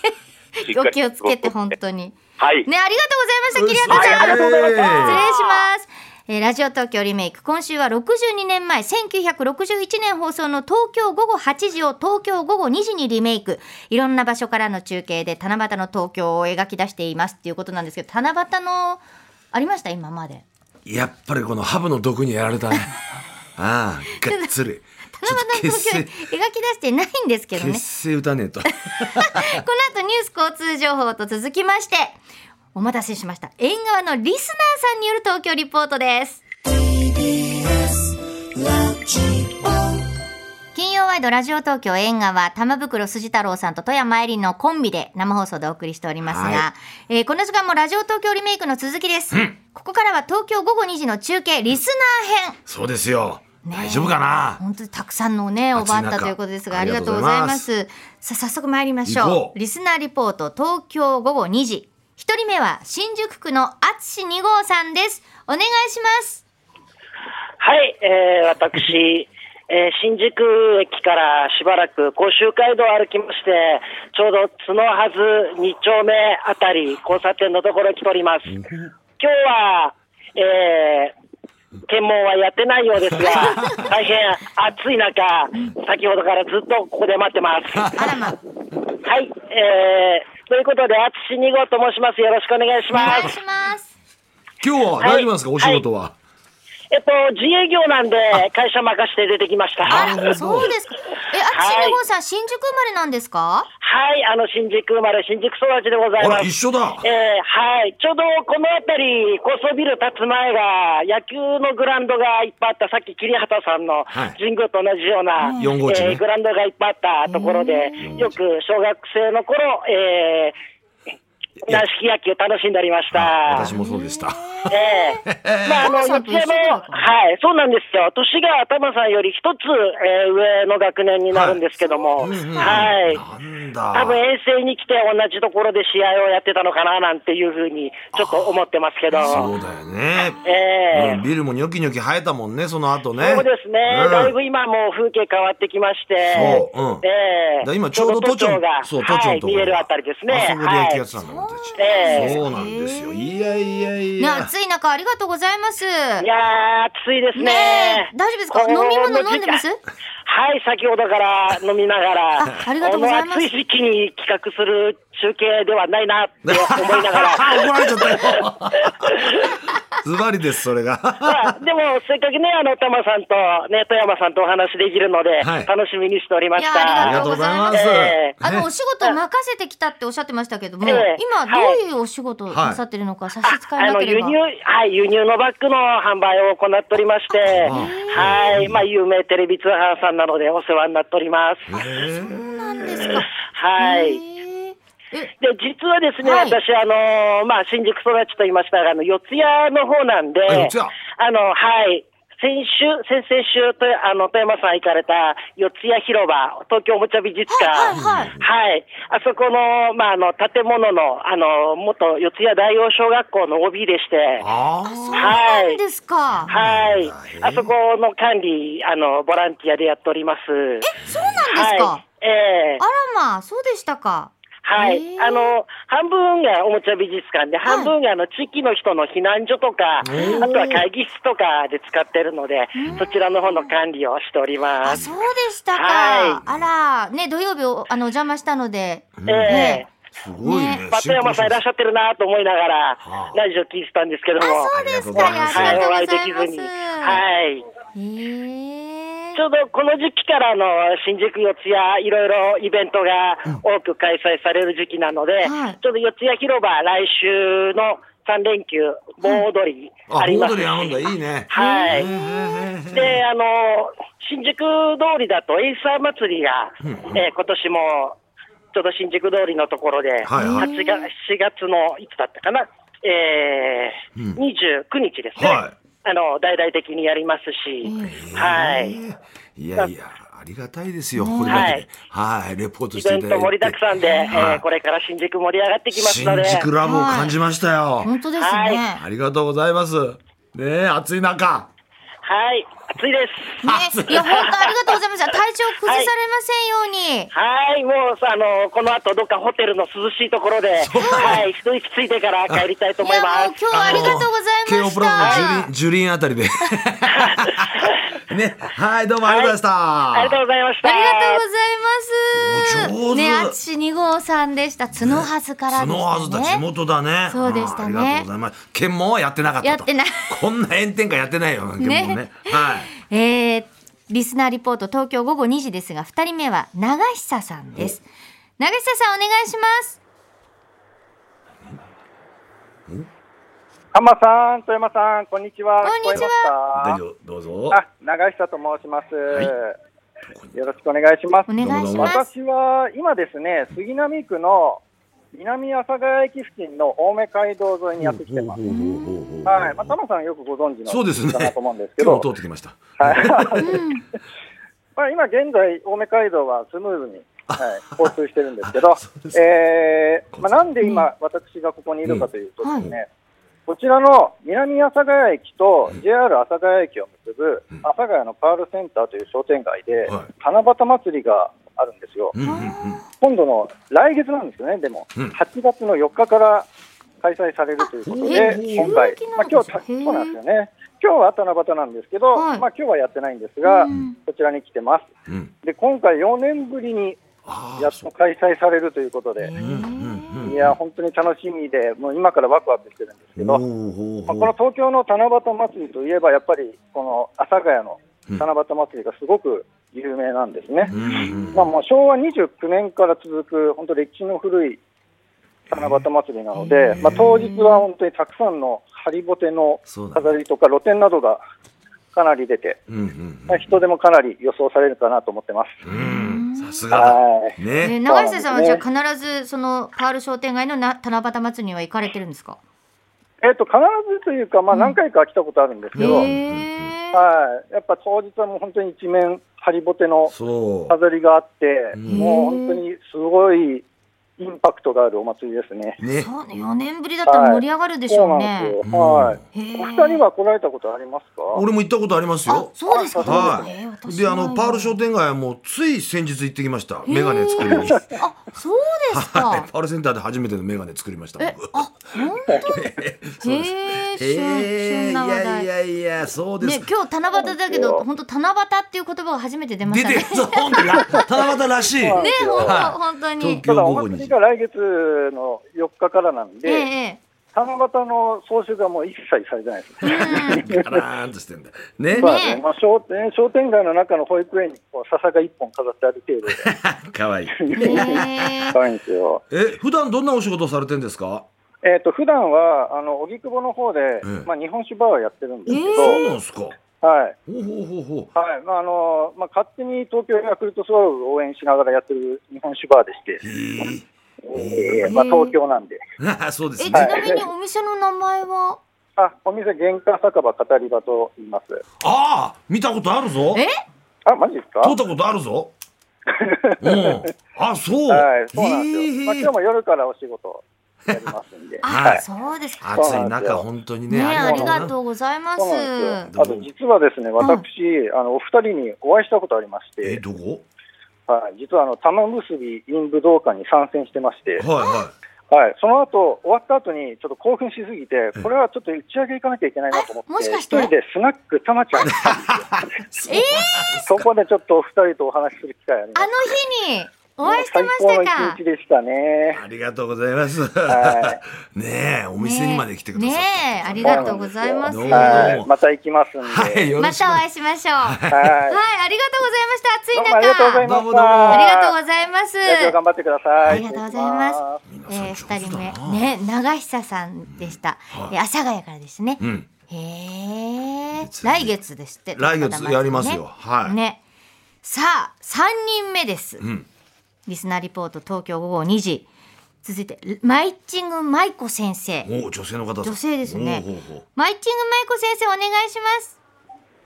S9: え
S2: お気をつけて本当に。
S9: はい。
S2: ね、ありがとうございました、桐畑さん。
S9: はいありがとうございました
S2: 失礼します。えーラジオ東京リメイク、今週は62年前、1961年放送の東京午後8時を東京午後2時にリメイク。いろんな場所からの中継で七夕の東京を描き出していますっていうことなんですけど、七夕の、ありました今まで。
S1: やっぱりこのハブの毒にやられた ね。ああ、がっつり。
S2: 七夕の東京
S1: ちょ
S2: 描
S1: っ
S2: き出してないんですけどね
S1: 結。成打たねえと。
S2: この後ニュース交通情報と続きましてお待たせしました縁側のリスナーさんによる東京リポートです金曜ワイドラジオ東京縁側玉袋筋太郎さんと富山えりのコンビで生放送でお送りしておりますが、
S10: は
S2: えーこの時間もラジオ東京リメイクの続きです、ここからは東京午後2時の中継リスナー編
S1: そうですよ。
S2: ねえ
S1: 大丈夫かな。
S2: 本当にたくさんのねおばあ
S1: 暑い
S2: った
S1: 中
S2: ということですがあ
S1: あ
S2: り
S1: り
S2: が
S1: が
S2: と
S1: と
S2: う
S1: う
S2: ご
S1: ご
S2: ざい
S1: ざい
S2: ま
S1: ます
S2: さあ早速参りましょ
S1: 行こ
S2: うリスナーリポート東京午後2時一人目は新宿区のあつし2号さんですお願いします
S11: はい、えー、私、えー、新宿駅からしばらく甲州街道を歩きまして、ちょうど角はず2丁目あたり、交差点のところに来ております。今日は、えー、検問はやってないよう ですが、大変暑い中、先ほどからずっとここで待ってます。はい、えー、ということで、あつし2号と申します。よろしくお願いします。
S1: 今日は大丈夫なんですか、お仕事は。
S11: えっと、自営業なんで、会社任して出てきました。
S2: そうですかえあつし2号さん、新宿生まれなんですか
S11: はい、あの、新宿生まれ、新宿育ちでございます。
S2: あら一緒だ
S11: えーはい。ちょうどこの辺り、高層ビル建つ前が、野球のグラウンドがいっぱいあった、さっき桐畑さんの
S1: はい
S11: 神宮と同じような、
S1: うん四号地ね
S11: えーグラウンドがいっぱいあったところで、よく小学生の頃、えー、軟式野球楽しんでおりました。
S1: 私もそうでした。
S11: え えまあ、あの、うち
S1: タ
S11: も
S1: マさんと一緒だから、
S11: はい、そうなんですよ。年がタマさんより一つ、えー上の学年になるんですけども、はい。
S1: なん
S11: 多分
S1: だ。
S11: 遠征に来て同じところで試合をやってたのかななんていうふうに、ちょっと思ってますけど。
S1: そうだよね。
S11: ええ
S1: うんビルもニョキニョキ生えたもんね、その後ね。
S11: そうですね、
S1: うん
S11: だいぶ今もう風景変わってきまして、
S1: そううん
S11: ええ
S1: だ今ちょうど都庁
S11: が、
S1: そう都庁
S11: は
S1: の
S11: い、
S1: とこ
S11: 見
S1: ろ
S11: えるあたりですね。
S1: あそこで野球やってたん
S11: は
S1: だ
S11: い
S1: 俺た
S11: ええ
S1: そうなんですよ。いやいやい
S2: ね、
S1: や。
S2: 暑い中ありがとうございますい
S11: や暑いですね
S2: え大丈夫ですか
S11: こ
S2: 飲
S11: の
S2: み物飲んでます
S11: はい、先ほどから飲みながら、
S2: ありがとうございます
S11: この暑い時期に企画する中継ではないなって思いながら。
S1: 怒られちゃったよ。ズバリです、それ が。
S11: まあ、でも、せっかくね、あの、タマさんと、ね、富山さんとお話できるので、
S1: はい
S11: 楽しみにしておりまし
S2: や
S11: た。
S1: ありがとうございます。
S11: え
S2: あのお仕事任せてきたっておっしゃってましたけども、
S11: ええ
S2: 今どういうお仕事をなさってるのか差し支え
S11: あ
S2: な
S11: の
S2: けれ
S11: 輸
S2: ば、
S11: 入、はい、輸入のバッグの販売を行っておりまして、はい、まあ、有名テレビ通販さんなのでお世話になっております。そうなんですか。はい。で、実はですね、私、あのーまあ、新宿育ちと言いましたが、あの、四谷の方なんで、
S1: あ四谷
S11: あの、はい。先週、先々週、とあの、富山さん行かれた四谷広場、東京おもちゃ美術館。はいあそこの、まあ、あの、建物の、あの、元四谷大王小学校の OB でして。
S1: あ
S11: はい。
S2: そうですか。
S11: はい。あそこの管理、あの、ボランティアでやっております。え、
S2: そうなんですか
S11: ええ
S2: あらまあ、そうでしたか。
S11: はい。あの、半分がおもちゃ美術館で、半分があの、地域の人の避難所とか、あ
S2: へー
S11: とは会議室とかで使ってるので、そちらの方の管理をしております。
S2: そうでしたか。
S11: は
S2: あら、ね、土曜日お、あの、お邪魔したので。
S11: ええ
S1: す
S11: ご
S2: いね
S11: 松山さんいらっしゃってるなと思いながら、ラジオ聞いてたんですけども。そうですか。はい、お会いできずに。はい。ちょうどこの時期からあの新宿四谷いろいろイベントが多く開催される時期なので、ちょうど四谷広場来週の3連休盆踊り
S1: あ、
S11: あり
S1: 盆
S11: ます
S1: 踊
S11: し、
S1: りあるんだ、いいね。
S11: はい。で、あの、新宿通りだとエイサー祭りが、えー今年も、ちょうど新宿通りのところで、
S1: はいはい
S11: 8月、4月の、いつだったかな、えー
S1: うん
S11: 29日ですね。
S1: は
S11: あの、大々的にやりますし、はい。
S1: いやいや、ありがたいですよ、これ
S11: は
S1: だ
S11: い
S1: け。はい、レポート
S11: イ
S1: して
S11: ベ
S1: い
S11: ン
S1: た
S11: ト盛
S1: だ
S11: り
S1: い
S11: だ
S1: て
S11: く。さんで、え
S1: はい
S11: ーこれから新宿盛り上がってきますの
S1: 新
S11: で。
S1: 宿ラブを感じましたよ。
S11: 本当ですねはい
S1: ありがとうございます。ねえ、暑い中。
S11: はい、暑いです。
S1: 暑
S2: いや、本当ありがとうござい ました。体調崩されませんように。
S11: はい、もうさ、あの、この後、どっかホテルの涼しいところで、はい、一息ついてから帰りたいと思います。
S2: 今日はありがとうございました。
S1: 京プラの樹林樹林あ たりで。ね、はい、どうもありがとうございました。
S11: ありがとうございました。
S2: ありがとうございます。
S1: お上手
S2: ね、あち二号さんでした。角はずからです、
S1: そ
S2: ね。
S1: のはずだ、地元だね。
S2: そうでしたね
S1: んありがとうございます。検問はやってなかった
S2: やっ
S1: と。
S2: てない。
S1: こんな炎天下やってないよ、検問ね
S2: ね。
S1: はい。
S2: えーリスナーリポート東京午後2時ですが、2人目は長久さんです。長久さんお願いします。
S10: 浜さん、富山さん、こんにちは。
S2: こんにち
S1: 大
S10: は。
S1: 丈夫、どうぞ。
S10: あ、長久と申します。よろしくお願いします。
S1: お願いします
S10: 私は今ですね、杉並区の南阿佐ヶ谷駅付近の青梅街道沿いにやってきてます。はい、まあ、玉さんよくご存知の。
S1: そうです
S10: かな
S1: ね
S10: と思うんです。け
S1: 今日
S10: ど。
S1: 通ってきました。
S10: まあ、今現在、青梅街道はスムーズに、はい、交通してるんですけど、えーまあ、なんで今、私がここにいるかというとですね、こちらの南阿佐ヶ谷駅と JR 阿佐ヶ谷駅を結ぶ阿佐ヶ谷のパールセンターという商店街で、七夕祭りがあるんですよ。今度の来月なんですよね、でも、8月の4日から開催されるということ
S12: へ
S10: で、
S12: ー
S10: 今回、まあ今日たそうなんですよね、今日は七夕なんですけど、まあ今日はやってないんですが、こちらに来てます。で今回4年ぶりにやっと開催されるということで、いや本当に楽しみで、もう今からワクワクしてるんですけど、まあこの東京の七夕祭りといえばやっぱりこの阿佐ヶ谷の七夕祭りがすごく有名なんですね。まあもう昭和29年から続く本当歴史の古い七夕祭りなので、まあ当日は本当にたくさんのハリボテの飾りとか露店などがかなり出て。
S1: うんうん。
S10: まあ、人でもかなり予想されるかなと思ってます。
S1: さすがだ。ね
S2: ね、長久さんはじゃあ必ずそのパール商店街のな七夕祭りには行かれてるんですか。
S10: えっと、必ずというか、まあ、何回か来たことあるんですけど、はい、やっぱ当日はもう本当に一面、ハリボテの
S1: そう
S10: 飾りがあって、
S1: ん
S10: もう本当にすごいインパクトがあるお祭りですね。
S1: ね、
S2: そうね四年ぶりだったら盛り上がるでしょうね。
S10: そうなんですよはい。お二人は来られたことありますか
S1: 俺も行ったことありますよ。
S2: そうですか
S1: は
S2: えー
S1: い。
S2: 私
S1: で、あ
S2: ないな
S1: のパール商店街はもうつい先日行ってきました。
S2: へー
S1: メガネ作りに。はい。
S2: あ、そうですか。
S1: パールセンターで初めてのメガネ作りました。
S2: え、あ、本当。へえ、
S1: へー
S2: 旬、旬な話題。
S1: いやいやいや、そうで
S2: ね、
S1: す か。
S2: 今日七夕だけど、本当七夕っていう言葉が初めて出ましたね。
S1: そう本当ら七夕らしい。
S2: ね、本当、
S1: はい
S2: 本当に
S1: 東。
S10: た
S1: 京
S10: だ、
S1: 午
S10: お
S1: 後
S10: 祭
S1: に。
S10: りが来月の4日からなんで、
S2: ええ
S10: 七夕の総集がもう一切されてないですね。
S1: ガラーンとしてんだ。ね。
S10: そうですねまあ、商店商店街の中の保育園にこう笹が一本飾ってある程度で。
S1: かわいい。
S10: 可愛いんですよ。
S1: え、普段どんなお仕事されてんですか。
S10: えっ、と、普段は、あの、荻窪の方で、
S1: え
S10: まあ、日本酒バーをやってるんですけど、
S1: そうなんですか。
S10: はい。
S1: ほうほうほうほ
S10: はい。まあ、あの、まあ、勝手に東京ヤクルトスワローズを応援しながらやってる日本酒バーでして、えーまあ、東京なんで。
S1: う。そうで
S2: え、
S1: す
S2: ち
S1: ね。
S2: なみにお店の名前は。
S10: あ、お店、原価酒場語り場と言います。
S1: ああ見たことあるぞえ
S10: あマジですか
S1: 通ったことあるぞうんあそう
S10: はい、そうなんですよ。まあ、今日も夜からお仕事やりますんで。
S1: は
S10: はいい、
S2: そうですか
S1: 暑い中本当にね
S2: ねあ
S1: あり
S2: り
S1: がとうな
S2: がとうございます
S10: そうなんですよ。あと実はですね、私、あのお二人にお会いしたことありまして、
S1: えどこ？
S10: はい、実はあの玉結び院武道館に参戦してまし
S1: は
S10: て、
S1: いは
S10: はい、その後終わった後にちょっと興奮しすぎて、これはちょっと打ち上げ行かなきゃいけないなと思って、
S2: もしかし
S10: 一人でスナックたまち ゃんに行ったんですよ。そこでちょっとお二人とお話しする機会ありま
S2: あ
S10: す。
S2: の日にお会いしてました
S10: 最高の
S2: か
S10: 一日でしたね。
S1: ありがとうございます ねえお店にまで来てくださ
S2: ねえありがとうございます
S1: どうもはい
S10: また行きますんで、
S1: はいよろ
S2: ま
S1: しく
S2: たお会いしましょうはい
S10: は
S2: あ
S10: い
S2: りがとうございました暑い中
S10: ありがとうございましたどうもどうも
S2: ありがとうございます
S10: ラジオ頑張ってくださ
S2: あ
S10: い。
S2: りがとうございます。えー二人目ね長久さんでした。えー阿佐ヶ谷からですね
S1: い。うん
S2: へえ来月ですって。
S1: 来月
S2: まだだね
S1: やりますよはい
S2: ねさあ三人目です。
S1: うん
S2: リスナーリポート東京午後2時続いてマイチング舞子先生。
S1: お女性の方
S2: 女性ですね
S1: おうおうおう
S2: マイチング舞子先生お願いします。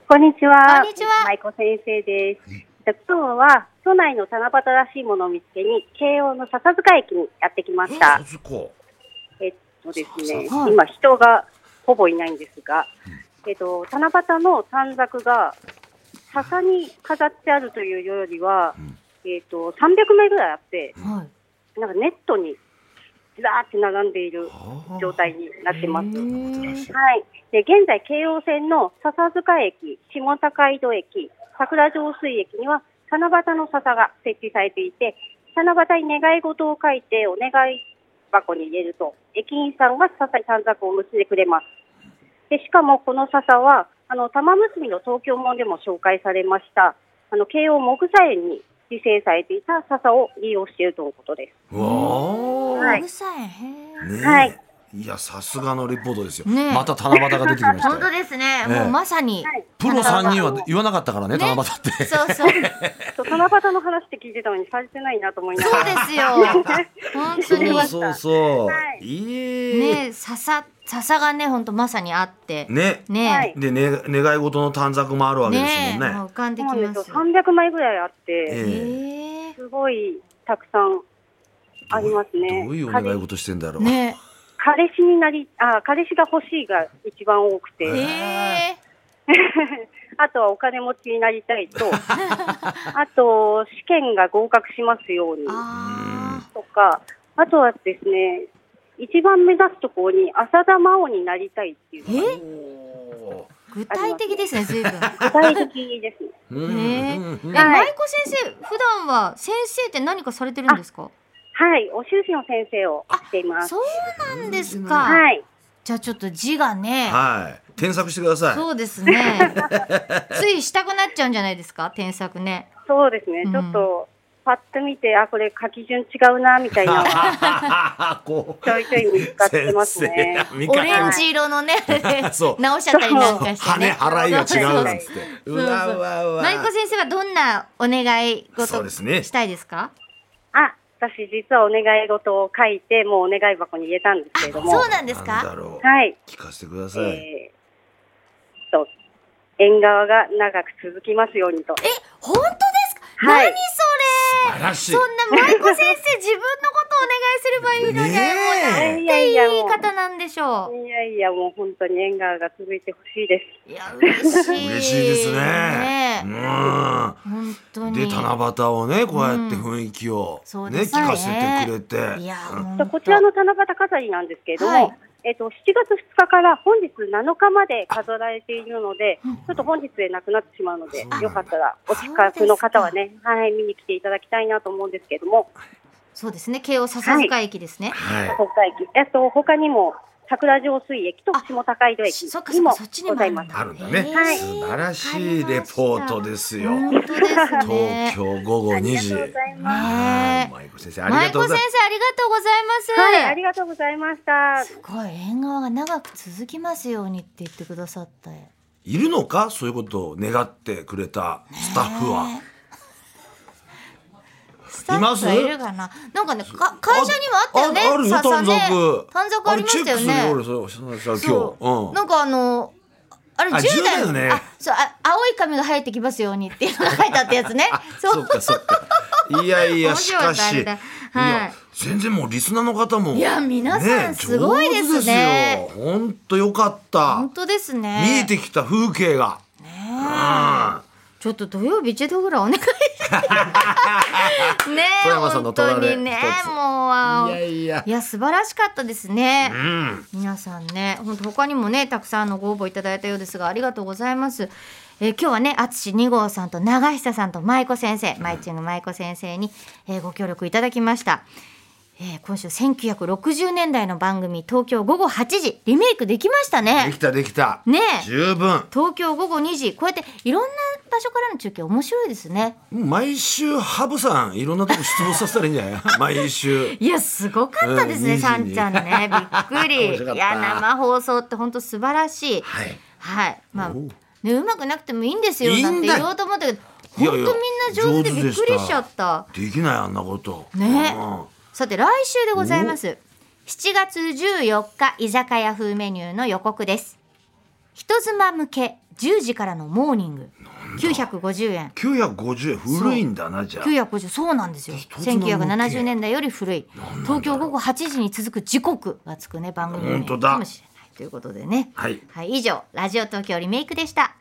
S12: こんにちは。
S2: こんにちは。
S12: 舞子先生です。じゃあ今日は都内の七夕らしいものを見つけに慶応の笹塚駅にやってきました。
S1: そこ
S12: えっとです
S13: 笹
S12: ね、
S13: 塚
S12: 今人がほぼいないんですが、えっと七夕の短冊が笹に飾ってあるというよりは、えっと300枚ぐらいあって、なんかネットにずらーって並んでいる状態になってます。はい。で現在京王線の笹塚駅、下高井戸駅、桜上水駅には七夕の笹が設置されていて、七夕に願い事を書いてお願い箱に入れると駅員さんが笹に短冊を結んでくれます。でしかもこの笹はあの玉結びの東京門でも紹介されました。あの慶応木材園に自生されていた笹を利用しているとのことです。
S1: わ
S12: は
S1: あ
S12: い。
S1: ねえ
S12: はい
S1: いやさすがのレポートですよ
S2: ねえ
S1: また七夕が出てきました
S2: 本当ですね。
S1: ええ
S2: もうまさに
S1: プロ三人は言わなかったからね七夕って
S2: そうそう。
S12: そう七夕の話って聞いてたのにされてないなと思いながら。そうです
S2: よ本当に
S1: そう そうそう
S2: はい
S1: いい
S2: ね笹笹がね本当まさにあって
S1: ね
S2: ね、
S1: でね願い事の短冊もあるわけですもんね
S2: もう浮かんできます。
S12: 三百枚ぐらいあって、
S1: え
S12: すごいたくさんありますね。
S1: どういうお
S12: 彼
S1: 願い事してんだろう
S12: 彼氏になり、あ、彼氏が欲しいが一番多くて。 あとはお金持ちになりたいと、 あと試験が合格しますようにとか、あとはですね、一番目指すところに浅田真央になりたいっていうのが
S2: 具体的ですね随分。
S12: 具体的ですね。
S2: ねえ、
S12: うん
S2: え舞子先生普段は先生って何かされてるんですか。
S12: はい、お修士の先生をしています。
S2: そうなんですか。
S12: はい。
S2: じゃあちょっと字がね、
S1: はい添削してください
S2: そうです ね。ついしたくなっちゃうんじゃないですか添削ね。
S12: そうですね、ちょっとパッと見て、あ、これ書き順違うなみたいなのは
S1: こ
S12: ちょいちょい見つかってますね
S1: 先生。見
S2: オ
S1: かけます
S2: レンジ色のね
S1: そう
S2: 直しちゃったりなんかしてね。
S1: 羽払いが違うなんつって
S2: そううそう
S1: わうわうわ
S2: 舞子先生はどんなお願い事
S1: そうですね
S2: したいですか。
S12: あ、私実はお願い事を書いて、もうお願い箱に入れたんですけれども。
S2: そうなんですか。
S12: はい。
S1: 聞かせてください
S12: えー、と、縁側が長く続きますようにと。え、
S2: 本当ですか。
S12: はい
S2: 何それ。
S1: 素晴らしい
S2: そんな舞子先生自分のことをお願いすればいいのに、
S1: ねえ
S2: もうなんていい言い方なんでしょう。
S12: いやいや、もう本当に縁側が続いてほしいです。
S2: いや、嬉しい。
S1: 嬉しいですね
S2: ね
S1: うん
S2: 本当
S1: で
S2: に。
S1: 七夕をねこうやって雰囲気を
S2: そう
S1: ね
S2: で
S1: 聞
S2: すね
S1: かせてくれて
S2: いや
S12: こちらの七夕飾りなんですけれども、えっと、7月2日から本日7日まで飾られているので、ちょっと本日でなくなってしまうので、よかったらお近くの方はね、はい、見に来ていただきたいなと思うんですけれども、
S2: そうですね。慶応笹塚駅ですね。
S1: はい
S12: 北海駅、えっと、他にも桜上水駅と下高井戸駅にもございます。
S1: あるんだね、
S12: はい
S1: 素晴らしいレポートですよ
S2: 本当ですね
S1: 東。京午後2時
S2: ね
S1: 舞子先生
S2: え
S1: ありが
S2: 舞
S1: とう
S2: 子
S1: ござい
S2: 先
S1: ます
S2: 生ありがとうございます。
S12: はい、ありがとうございました。
S2: すごい縁側が長く続きますようにって言ってくださったよ
S1: いるのかそういうことを願ってくれたスタッフは、
S2: スタッフがいるかな。なんかね、か会社にもあったよね。
S1: ああるよ
S2: 笹ね
S1: 短冊
S2: 短冊ありましたよ
S1: チェックする
S2: ね。
S1: 俺そうそう
S2: そ
S1: そう今日。うん。
S2: なんかあのあれ
S1: あ
S2: 10代
S1: 10代
S2: の
S1: のね
S2: あそうあ青い髪が生えてきますようにっていうのが書いてあったやつね。そう
S1: そっかそっか。いや いや
S2: 面
S1: し
S2: 白か
S1: か
S2: った
S1: し、
S2: あれだはい。
S1: 全然もうリスナーの方も
S2: いや皆さん
S1: ね
S2: すごいですね
S1: 上手ですよ本当よかった
S2: 本。当ですね。
S1: 見えてきた風景が。うん。
S2: ちょっと土曜日一度ぐらいお願い。ねえ
S1: 富山さんの
S2: 本当にね
S1: 取られ一つ
S2: もう
S1: いやいや
S2: 素晴らしかったですね。
S1: うん。
S2: 皆さんね本当他にもねたくさんのご応募いただいたようですがありがとうございます。えー今日はね淳二号さんと長久さんと舞子先生舞中の舞子先生に、えーご協力いただきました。えー今週1960年代の番組東京午後8時リメイクできました
S1: で
S2: ね
S1: き。たできた。
S2: ねえ
S1: 十分。
S2: 東京午後2時こうやっていろんな場所からの中継面白いですね
S1: 毎週ハブさんいろんなとこ出没させたらいいんじゃ ない毎週
S2: いやすごかったですね、
S1: うん
S2: さんちゃんねびっく
S1: 面
S2: り
S1: 白かった、
S2: いや生放送って本当素晴らしいはいまあ
S1: おう
S2: ねうまくなくてもいいんですよ
S1: いいん
S2: な
S1: だよ
S2: んて言おうと思ったけど本
S1: いや
S2: 当
S1: い
S2: みん
S1: や
S2: な上手でびっくり
S1: 上手でした
S2: しちゃった
S1: できないあんなこと
S2: ね
S1: うん
S2: さて来週でございます7月14日居酒屋風メニューの予告です人妻向け10時からのモーニング950円
S1: 950円古いんだなじゃあ
S2: 950そうなんですよ1970年代より古い東京午後8時に続く時刻がつくね番組名
S1: 本当だ
S2: かもしれないということでね
S1: はい
S2: はい以上ラジオ東京リメイクでした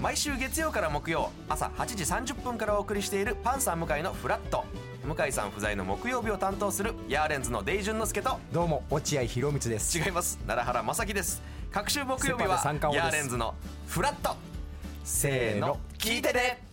S13: 毎週月曜から木曜朝8時30分からお送りしているパンサー向井のフラット向井さん不在の木曜日を担当するヤーレンズのデイジュンの之介と
S14: どうも落合博満です
S13: 違います奈良原正樹です各週木曜日
S14: セパで三
S13: は
S14: 冠王で
S13: ヤー
S14: す
S13: レンズのフラットせ
S14: せ
S13: ーの聞いてね